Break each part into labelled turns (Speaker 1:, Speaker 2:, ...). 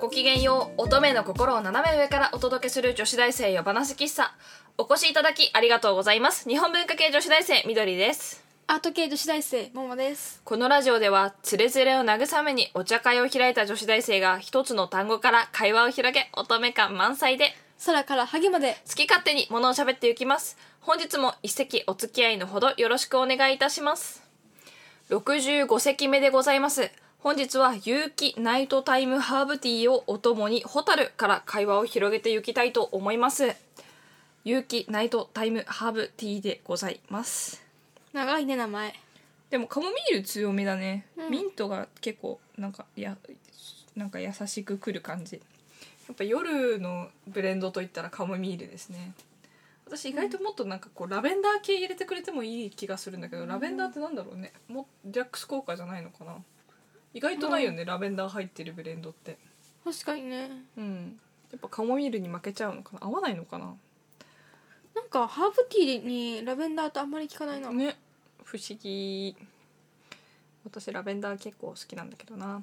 Speaker 1: ごきげんよう乙女の心を斜め上からお届けする女子大生よ話喫茶お越しいただきありがとうございます日本文化系女子大生みどりです
Speaker 2: アート系女子大生ももです
Speaker 1: このラジオではつれづれを慰めにお茶会を開いた女子大生が一つの単語から会話を広げ乙女感満載で
Speaker 2: 空からハゲまで
Speaker 1: 好き勝手に物を喋っていきます本日も一席お付き合いのほどよろしくお願いいたします65席目でございます本日は有機ナイトタイムハーブティーをお供にホタルから会話を広げていきたいと思います有機ナイトタイムハーブティーでございます
Speaker 2: 長いね名前
Speaker 1: でもカモミール強めだね、
Speaker 2: うん
Speaker 1: ミントが結構なんかやなんか優しくくる感じやっぱ夜のブレンドといったらカモミールですね私意外ともっとなんかこうラベンダー系入れてくれてもいい気がするんだけど、ラベンダーってなんだろうねもうリラックス効果じゃないのかな意外とないよね、ラベンダー入ってるブレンドって
Speaker 2: 確かにね
Speaker 1: うんやっぱカモミールに負けちゃうのかな合わないのかな
Speaker 2: なんかハーブティーにラベンダーとあんまり効かないな、
Speaker 1: ね不思議私ラベンダー結構好きなんだけどな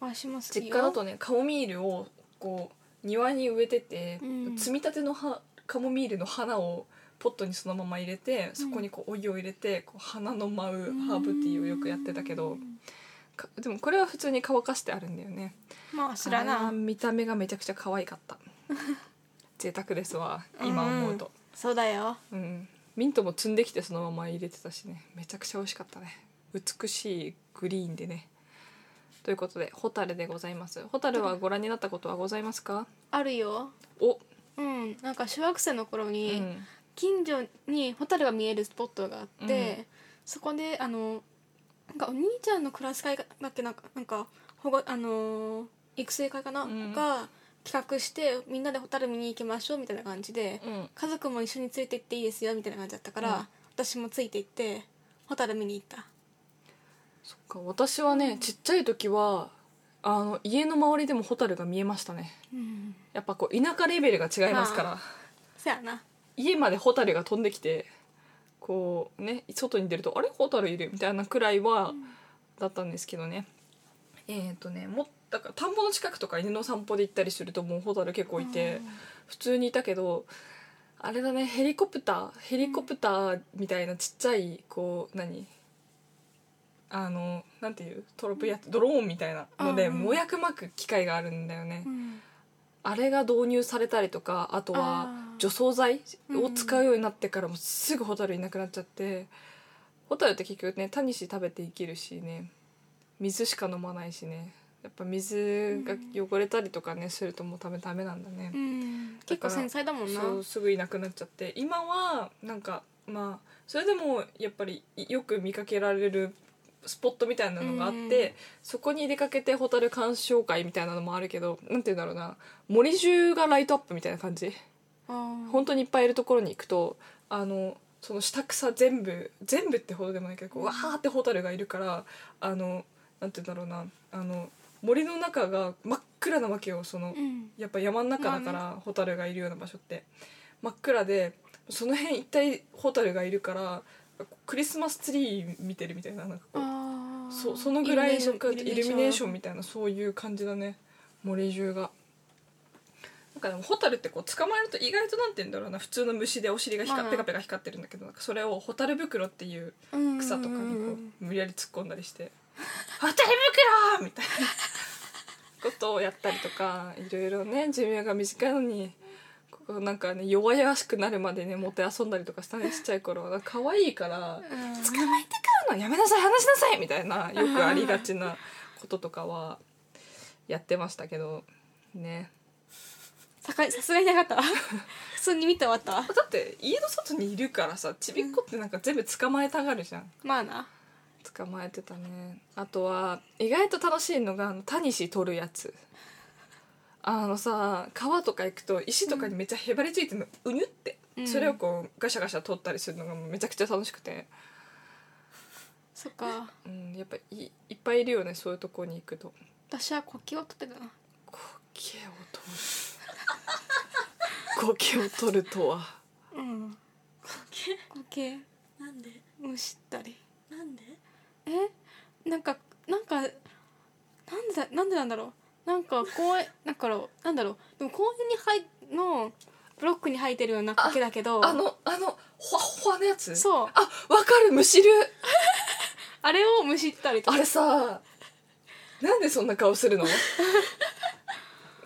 Speaker 2: 私も好きよ
Speaker 1: 実家だとねカモミールをこう庭に植えてて、
Speaker 2: うん
Speaker 1: 積み立てのはカモミールの花をポットにそのまま入れてそこにこうお湯を入れてこう花の舞うハーブティーをよくやってたけど、
Speaker 2: うん
Speaker 1: かでもこれは普通に乾かしてあるんだよね
Speaker 2: まあ知ら
Speaker 1: あー
Speaker 2: な
Speaker 1: 見た目がめちゃくちゃ可愛かった 贅沢ですわ今思うと、
Speaker 2: そうだよ
Speaker 1: うんミントも摘んできてそのまま入れてたしねめちゃくちゃ美味しかったね美しいグリーンでねということでホタルでございますホタルはご覧になったことはございますか
Speaker 2: あるよ
Speaker 1: お、
Speaker 2: うんなんか小学生の頃
Speaker 1: う
Speaker 2: に、
Speaker 1: ん、
Speaker 2: 近所にホタルが見えるスポットがあって、そこであのなんかお兄ちゃんのクラス会だっけなんかなんか保護あのー育成会かな、
Speaker 1: うん
Speaker 2: が企画してみんなでホタル見に行きましょうみたいな感じで、
Speaker 1: うん
Speaker 2: 家族も一緒について行っていいですよみたいな感じだったから、
Speaker 1: うん
Speaker 2: 私もついて行ってホタル見に行った
Speaker 1: そっか私はねちっちゃい時はあの家の周りでもホタルが見えましたね
Speaker 2: うん
Speaker 1: やっぱこう田舎レベルが違いますから、
Speaker 2: まそやな
Speaker 1: 家までホタルが飛んできてこうね外に出ると「あれホタルいる?」みたいなくらいは、だったんですけどねえっ、とねもうだから田んぼの近くとか犬の散歩で行ったりするともうホタル結構いて、
Speaker 2: うん
Speaker 1: 普通にいたけどあれだねヘリコプターヘリコプターみたいなちっちゃいこう何あのなんていうトロプやドローンみたいなので、
Speaker 2: うんうん
Speaker 1: もやくまく機械があるんだよね。
Speaker 2: うん
Speaker 1: あれが導入されたりとかあとは
Speaker 2: あー
Speaker 1: 除草剤を使うようになってからもすぐホタルいなくなっちゃってホタルって結局ねタニシ食べて生きるしね水しか飲まないしねやっぱ水が汚れたりとかねするともうダメダメなんだね
Speaker 2: う、ん結構繊細だもんな
Speaker 1: そうすぐいなくなっちゃって今はなんかまあそれでもやっぱりよく見かけられるスポットみたいなのがあって、
Speaker 2: うん
Speaker 1: そこに出かけてホタル鑑賞会みたいなのもあるけどなんて言うんだろうな森中がライトアップみたいな感じ
Speaker 2: あー
Speaker 1: 本当にいっぱいいるところに行くとあのその下草全部全部ってほどでもないけどこうわーってホタルがいるからあのなんて言うんだろうなあの森の中が真っ暗なわけよその、
Speaker 2: うん
Speaker 1: やっぱ山の中だから、ホタルがいるような場所って真っ暗でその辺一体ホタルがいるからクリスマスツリー見てるみたいななんかこう
Speaker 2: あー
Speaker 1: そそのぐらいの感じイルミネーション
Speaker 2: ン
Speaker 1: みたいなそういう感じだね森中が。なんかでもホタルってこう捕まえると意外となんて言うんだろうな普通の虫でお尻が光
Speaker 2: ま
Speaker 1: っ
Speaker 2: あ
Speaker 1: ペカペカ光ってるんだけどなんかそれをホタル袋っていう草とかにこう無理やり突っ込んだりして「ホタル袋!」みたいなことをやったりとかいろいろね寿命が短いのにこうなんかね弱々しくなるまでねもて遊んだりとかしたねちっちゃい頃なんか可愛いから
Speaker 2: うん
Speaker 1: 捕まえて買うのやめなさい話しなさいみたいなよくありがちなこととかはやってましたけどね
Speaker 2: さかさすがになかったわ 普通に見て終わったわ
Speaker 1: だって家の外にいるからさちびっこってなんか全部捕まえたがるじゃん
Speaker 2: まあな
Speaker 1: 捕まえてたねあとは意外と楽しいのがあのタニシ取るやつあのさ川とか行くと石とかにめっちゃへばりついてるの、うにゅって
Speaker 2: うん
Speaker 1: それをこうガシャガシャ取ったりするのがめちゃくちゃ楽しくて、
Speaker 2: そっか
Speaker 1: うん、やっぱいいっぱいいるよねそういうとこに行くと。
Speaker 2: 私は呼吸を取ってたな
Speaker 1: コケを取るコケを取るとは
Speaker 2: うん呼吸
Speaker 3: なんで
Speaker 2: むしったり
Speaker 3: なんで
Speaker 2: えなんかなんかなんでだなんでなんだろうなんか公園だからなんだろうでも公園に入のブロックに生えてるような苔だけど
Speaker 1: あのあのほわほわのやつう
Speaker 2: そう
Speaker 1: あわかるむしる
Speaker 2: あれをむしったりと
Speaker 1: あ
Speaker 2: か
Speaker 1: れさなんでそんな顔する のい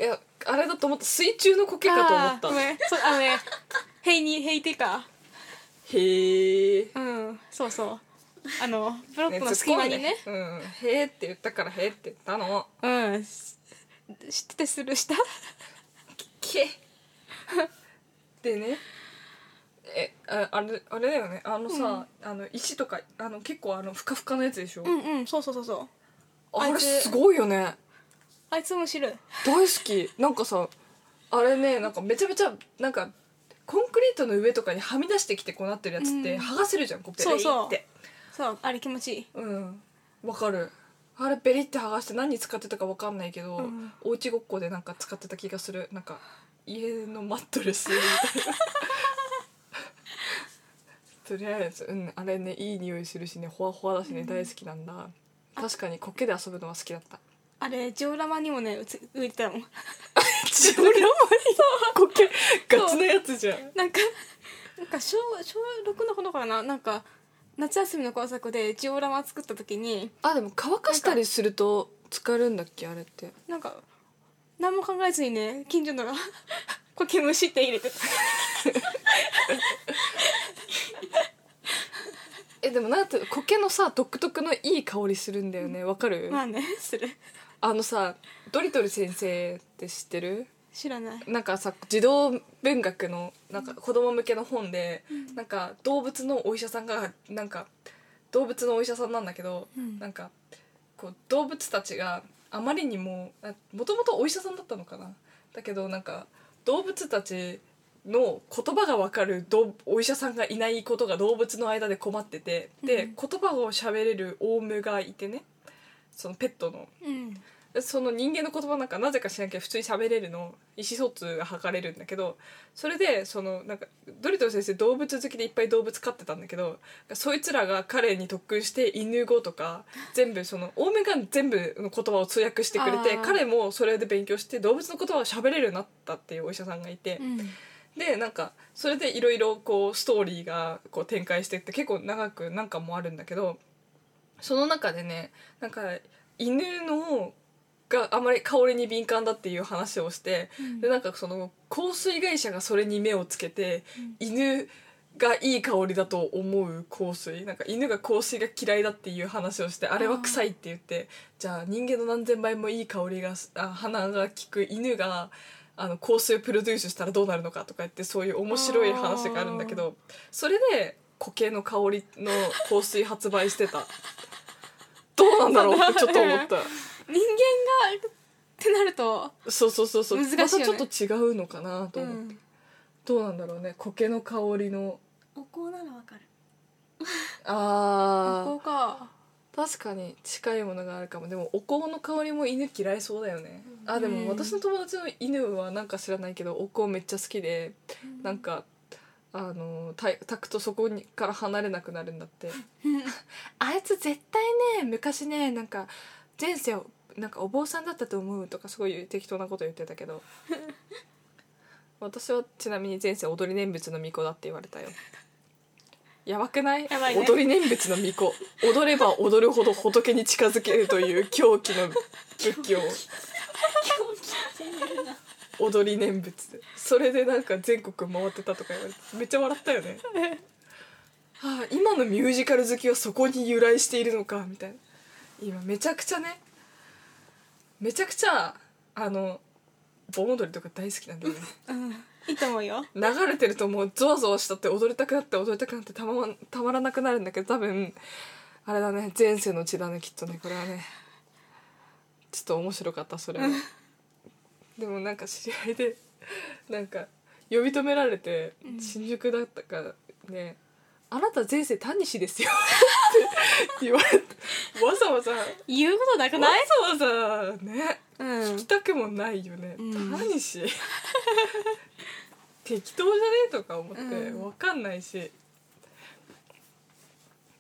Speaker 1: やあれだと思った水中の苔かと思っ
Speaker 2: あー
Speaker 1: た
Speaker 2: ごめんそうあのね塀に 塀っていうか
Speaker 1: へえ
Speaker 2: うんそうそうあのブロックの隙間にね
Speaker 1: うん、へーって言ったからへーって言ったの
Speaker 2: うんし知っててするした
Speaker 1: けでねえああれあれだよねあのさ、あの石とかあの結構あのふかふかのやつでしょ、
Speaker 2: うんうんそうそうそうそう
Speaker 1: あ
Speaker 2: あ
Speaker 1: れ
Speaker 2: いつ
Speaker 1: すごいよね
Speaker 2: あいつむしる
Speaker 1: 大好きなんかさあれねなんかめちゃめちゃなんかコンクリートの上とかにはみ出してきてこうなってるやつって
Speaker 2: うん
Speaker 1: 剥がせるじゃん、こうペリって
Speaker 2: そうそうあれ気持ちいい
Speaker 1: うんわかるあれペリって剥がして何に使ってたかわかんないけど、
Speaker 2: うん
Speaker 1: おうちごっこでなんか使ってた気がするなんか家のマットレスみたいな とりあえず、うん、あれねいい匂いするしねほわほわだしね、大好きなんだ確かに苔で遊ぶのは好きだった
Speaker 2: あれジオラマにもねうつ浮いてたもん
Speaker 1: ジオラマに苔ガチなやつじゃん
Speaker 2: なんかなんか小小6の頃かななんか夏休みの工作でジオラマ作った時に
Speaker 1: あでも乾かしたりすると使えるんだっけあれって
Speaker 2: なんか何も考えずにね近所のが苔むしって入れてた
Speaker 1: えでもなんて苔のさ独特のいい香りするんだよねわかる、
Speaker 2: まあねする
Speaker 1: あのさドリトル先生って知ってる
Speaker 2: 知らない
Speaker 1: なんかさ児童文学のなんか子供向けの本で、なんか動物のお医者さんがなんか動物のお医者さんなんだけど、
Speaker 2: うん
Speaker 1: なんかこう動物たちがあまりにももともとお医者さんだったのかなだけどなんか動物たちの言葉がわかるどうお医者さんがいないことが動物の間で困っててで、
Speaker 2: うん
Speaker 1: 言葉を喋れるオウムがいてねそのペットの。
Speaker 2: うん
Speaker 1: その人間の言葉なんかなぜか知らんけど普通に喋れるの意思疎通が図れるんだけどそれでそのなんかドリトル先生動物好きでいっぱい動物飼ってたんだけどそいつらが彼に特訓して犬語とか全部そのオウムが全部の言葉を通訳してくれて
Speaker 2: あー
Speaker 1: 彼もそれで勉強して動物の言葉を喋れるようになったっていうお医者さんがいて、
Speaker 2: うん
Speaker 1: でなんかそれでいろいろこうストーリーがこう展開してって結構長くなんかもあるんだけどその中でねなんか犬のがあまり香りに敏感だっていう話をして、
Speaker 2: うん
Speaker 1: でなんかその香水会社がそれに目をつけて、犬がいい香りだと思う香水なんか犬が香水が嫌いだっていう話をしてあれは臭いって言ってじゃあ人間の何千倍もいい香りがあ鼻が効く犬があの香水をプロデュースしたらどうなるのかとか言ってそういう面白い話があるんだけどそれで苔の香りの香水発売してたどうなんだろうってちょっと思った。
Speaker 2: 人間がってなると、
Speaker 1: そうそうそうそう、
Speaker 2: 難しい
Speaker 1: ま
Speaker 2: よ
Speaker 1: た
Speaker 2: ね
Speaker 1: ちょっと違うのかなと思って、どうなんだろうね苔の香りの
Speaker 3: お香ならわかる
Speaker 1: あ
Speaker 2: ここか
Speaker 1: ー確かに近いものがあるかもでもお香の香りも犬嫌いそうだよね、あで
Speaker 2: うん
Speaker 1: も私の友達の犬はなんか知らないけどお香めっちゃ好きで、なんかあのた炊くとそこにから離れなくなるんだって あいつ絶対ね昔ねなんか前世をなんかお坊さんだったと思うとかすごい適当なこと言ってたけ ど私はちなみに前世踊り念仏の巫女だって言われたよやばくない
Speaker 2: やばいね
Speaker 1: 踊り念仏の巫女踊れば踊るほど仏に近づけるという狂気の仏教踊り念仏それでなんか全国回ってたとか言われてめっちゃ笑ったよねはあ、今のミュージカル好きはそこに由来しているのかみたいな今めちゃくちゃねめちゃくちゃあの盆踊りとか大好きなんだよね
Speaker 2: うん いいと思うよ
Speaker 1: 流れてるともうゾワゾワしたって踊りたくなって踊りたくなってたままたまらなくなるんだけど多分あれだね前世の血だねきっとねこれはねちょっと面白かったそれはでもなんか知り合いでなんか呼び止められて新宿だったからね、あなた前世タニシですよって言われてわざわざわ
Speaker 2: 言うことなくない
Speaker 1: ざわざね
Speaker 2: うん
Speaker 1: 聞きたくもないよね、
Speaker 2: うん
Speaker 1: タニ シ適当じゃねえとか思って、
Speaker 2: うん
Speaker 1: わかんないし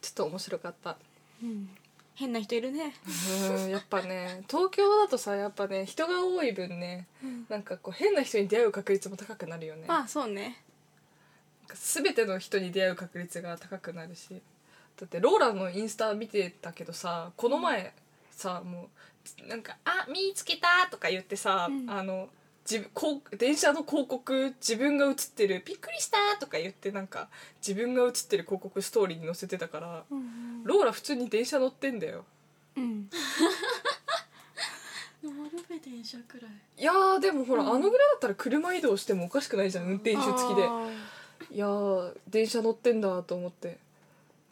Speaker 1: ちょっと面白かった
Speaker 2: 変な人いるね
Speaker 1: うんやっぱね東京だとさやっぱね人が多い分ね、なんかこう変な人に出会う確率も高くなるよね、
Speaker 2: まあそうね
Speaker 1: 全ての人に出会う確率が高くなるしだってローラのインスタ見てたけどさこの前さ、もうなんか「あ見つけた!」とか言ってさ、
Speaker 2: うん
Speaker 1: あの自分こう電車の広告自分が映ってる「びっくりした!」とか言ってなんか自分が映ってる広告ストーリーに載せてたから、
Speaker 2: うん
Speaker 1: ローラ普通に電車乗ってんだよ
Speaker 2: うん
Speaker 3: ノールベ電車くらい
Speaker 1: いやーでもほら、あのぐらいだったら車移動してもおかしくないじゃん運転手付きで
Speaker 2: あー
Speaker 1: いやー電車乗ってんだと思って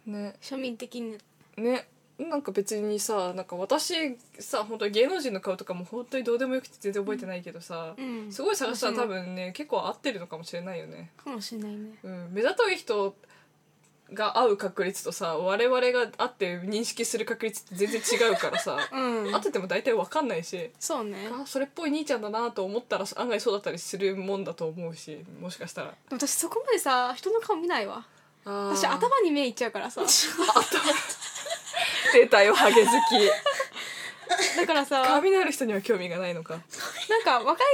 Speaker 1: ね
Speaker 2: 庶民的に
Speaker 1: ねなんか別にさなんか私さ本当に芸能人の顔とかも本当にどうでもよくて全然覚えてないけどさ、
Speaker 2: うん
Speaker 1: すごい探したら多
Speaker 2: 私も
Speaker 1: 分ね結構合ってるのかもしれないよね、
Speaker 2: かもしれないね
Speaker 1: うん、目ざとい人が会う確率とさ我々が会って認識する確率って全然違うからさ
Speaker 2: うん
Speaker 1: 会ってても大体分かんないし
Speaker 2: そうね
Speaker 1: あそれっぽい兄ちゃんだなと思ったら案外そうだったりするもんだと思うしもしかしたら
Speaker 2: 私そこまでさ人の顔見ないわ私
Speaker 1: 私頭
Speaker 2: 頭に目いっちゃうからさ
Speaker 1: 出たよハ ゲ好き
Speaker 2: だからさなんか
Speaker 1: 髪のある人には興味がないのか
Speaker 2: 若い若い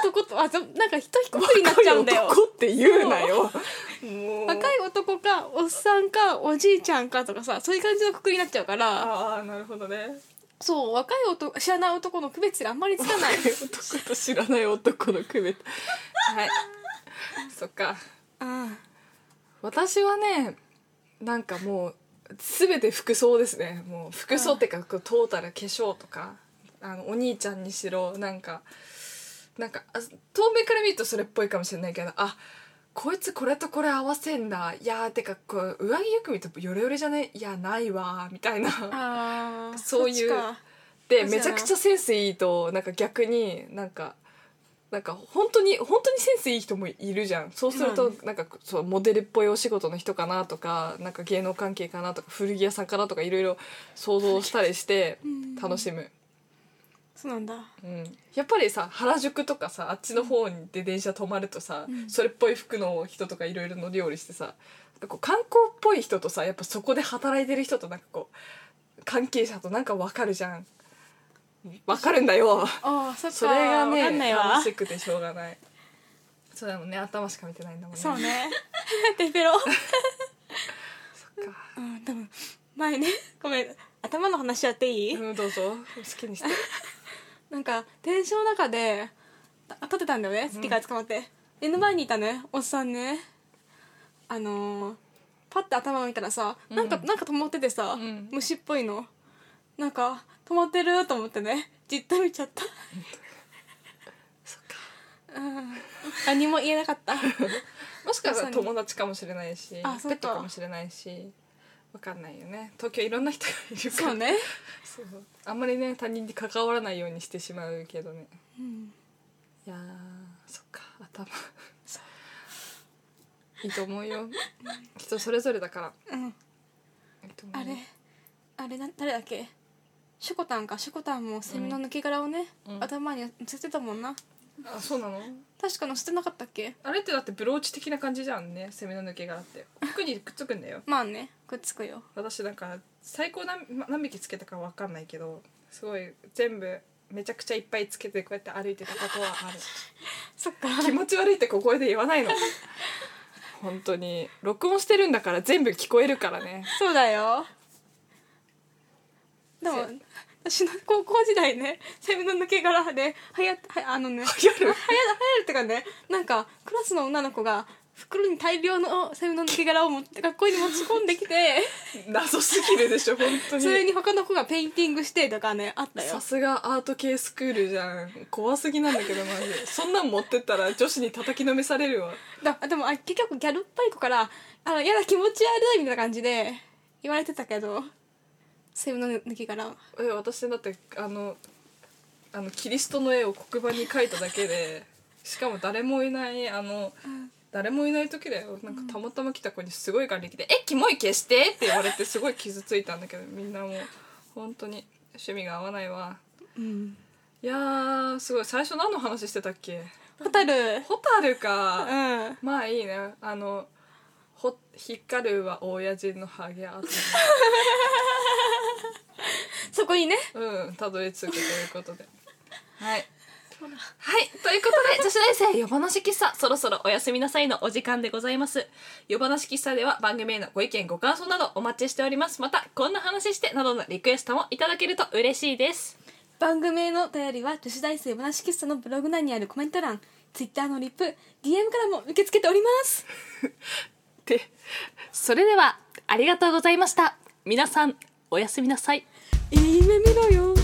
Speaker 2: 男とあざなんか人ひとりになっちゃうんだよ
Speaker 1: 若い男って言うなよもう
Speaker 2: 若い男かおっさんかおじいちゃんかとかさそういう感じのくくりになっちゃうから
Speaker 1: ああなるほどね
Speaker 2: そう若い男知らない男の区別があんまりつかない
Speaker 1: 若い男と知らない男の区別はいそっか
Speaker 2: うん
Speaker 1: 私はねなんかもう全て服装ですねもう服装っていうかこうトータル化粧とかあのお兄ちゃんにしろなんかなんかあ遠目から見るとそれっぽいかもしれないけどあこいつこれとこれ合わせんだいやーてかこう上着よく見るとヨレヨレじゃねいやないわーみたいな
Speaker 2: あー
Speaker 1: そういう
Speaker 2: そっちか
Speaker 1: で
Speaker 2: そう
Speaker 1: め
Speaker 2: だな
Speaker 1: ちゃくちゃセンスいいとなんか逆になんかなんか本当に本当にセンスいい人もいるじゃんそうする
Speaker 2: ま
Speaker 1: と
Speaker 2: あね
Speaker 1: なんかそうモデルっぽいお仕事の人かなとかなんか芸能関係かなとか古着屋さんかなとかいろいろ想像したりして
Speaker 2: うん
Speaker 1: 楽しむ、
Speaker 2: そうなんだ
Speaker 1: うん、やっぱりさ原宿とかさあっちの方で電車止まるとさ、
Speaker 2: うん
Speaker 1: それっぽい服の人とかいろいろ乗り降りしてさこう観光っぽい人とさやっぱそこで働いてる人となんかこう関係者となんかわかるじゃんわかるんだよ
Speaker 2: あ あそっか
Speaker 1: それが
Speaker 2: わかんな
Speaker 1: ね
Speaker 2: いわ
Speaker 1: 楽しくてしょうがないそうだもんね頭しか見てないんだもんね
Speaker 2: そ うねテペロ
Speaker 1: そっか
Speaker 2: うん多分 前ねごめん頭の話やっていい、
Speaker 1: うんどうぞ好き にして
Speaker 2: なんか電車の中であ立ってたんだよねスピーカー捕まって、目の前にいたねおっさんねあのー、パッて頭を見たらさなんか、
Speaker 1: うん
Speaker 2: なんか止まっててさ、
Speaker 1: ん
Speaker 2: 虫っぽいのなんか止まってると思ってねじっと見ちゃった
Speaker 1: そっか
Speaker 2: うん何も言えなかった
Speaker 1: もしかした
Speaker 2: まさ
Speaker 1: ら
Speaker 2: に
Speaker 1: 友達かもしれないしペ
Speaker 2: あそっか
Speaker 1: ットかもしれないしわかんないよね東京いろんな人がいるから
Speaker 2: そうね、
Speaker 1: そう あんまりね他人に関わらないようにしてしまうけどね
Speaker 2: うん、
Speaker 1: いやーそっか頭 いいと思うよ人それぞれだから
Speaker 2: うん
Speaker 1: いいと思う
Speaker 2: あ
Speaker 1: よ
Speaker 2: れあれな誰だっけショコタンかショコタンもセミの抜け殻をね、
Speaker 1: うん
Speaker 2: 頭に乗せてたもんな
Speaker 1: あそうなの
Speaker 2: 確か乗せてなかったっけ
Speaker 1: あれってだってブローチ的な感じじゃんねセミの抜け殻って服にくっつくんだよ
Speaker 2: まあねくっつくよ
Speaker 1: 私なんか最高何ま何匹つけたかわかんないけどすごい全部めちゃくちゃいっぱいつけてこうやって歩いてたことはある
Speaker 2: そっか
Speaker 1: 気持ち悪いって小声で言わないの本当に録音してるんだから全部聞こえるからね
Speaker 2: そうだよでも
Speaker 1: せ
Speaker 2: 私の高校時代ねセミの抜け殻ではやはあのねはや
Speaker 1: 流行る
Speaker 2: るってかねなんかクラスの女の子が袋に大量のセミの抜け殻を持って学校に持ち込んできて
Speaker 1: 謎すぎるでしょ本当
Speaker 2: それ
Speaker 1: に
Speaker 2: に他の子がペインティングしてとかねあったよ
Speaker 1: さすがアート系スクールじゃん怖すぎなんだけどマジでそんなん持ってったら女子に叩きのめされるわ
Speaker 2: だでもあ結局ギャルっぽい子から「あのやだ気持ち悪い」みたいな感じで言われてたけどセミの抜け殻
Speaker 1: え私だってあのあのキリストの絵を黒板に描いただけでしかも誰もいないあの、誰もいない時だよなんかたまたま来た子にすごい眼力で「えキモい消して!」って言われてすごい傷ついたんだけどみんなもう本当に趣味が合わないわ
Speaker 2: うん
Speaker 1: いやーすごい最初何の話してたっけ
Speaker 2: ホタル
Speaker 1: ホタル
Speaker 2: う
Speaker 1: か
Speaker 2: ん
Speaker 1: まあいいねあのほ光るは親父のハゲ跡
Speaker 2: そこにね
Speaker 1: うんたどり着くということ ではいはい。ということで、 女子大生夜話喫茶、そろそろお休みなさいのお時間でございます。夜話喫茶では番組へのご意見、ご感想などお待ちしております。また、こんな話してなどのリクエストもいただけると嬉しいです。
Speaker 2: 番組へのお便りは女子大生話喫茶のブログ内にあるコメント欄ツイッターのリップ DM からも受け付けております
Speaker 1: で、それでは、ありがとうございました。皆さん、おやすみなさい。
Speaker 2: いい夢見ろよ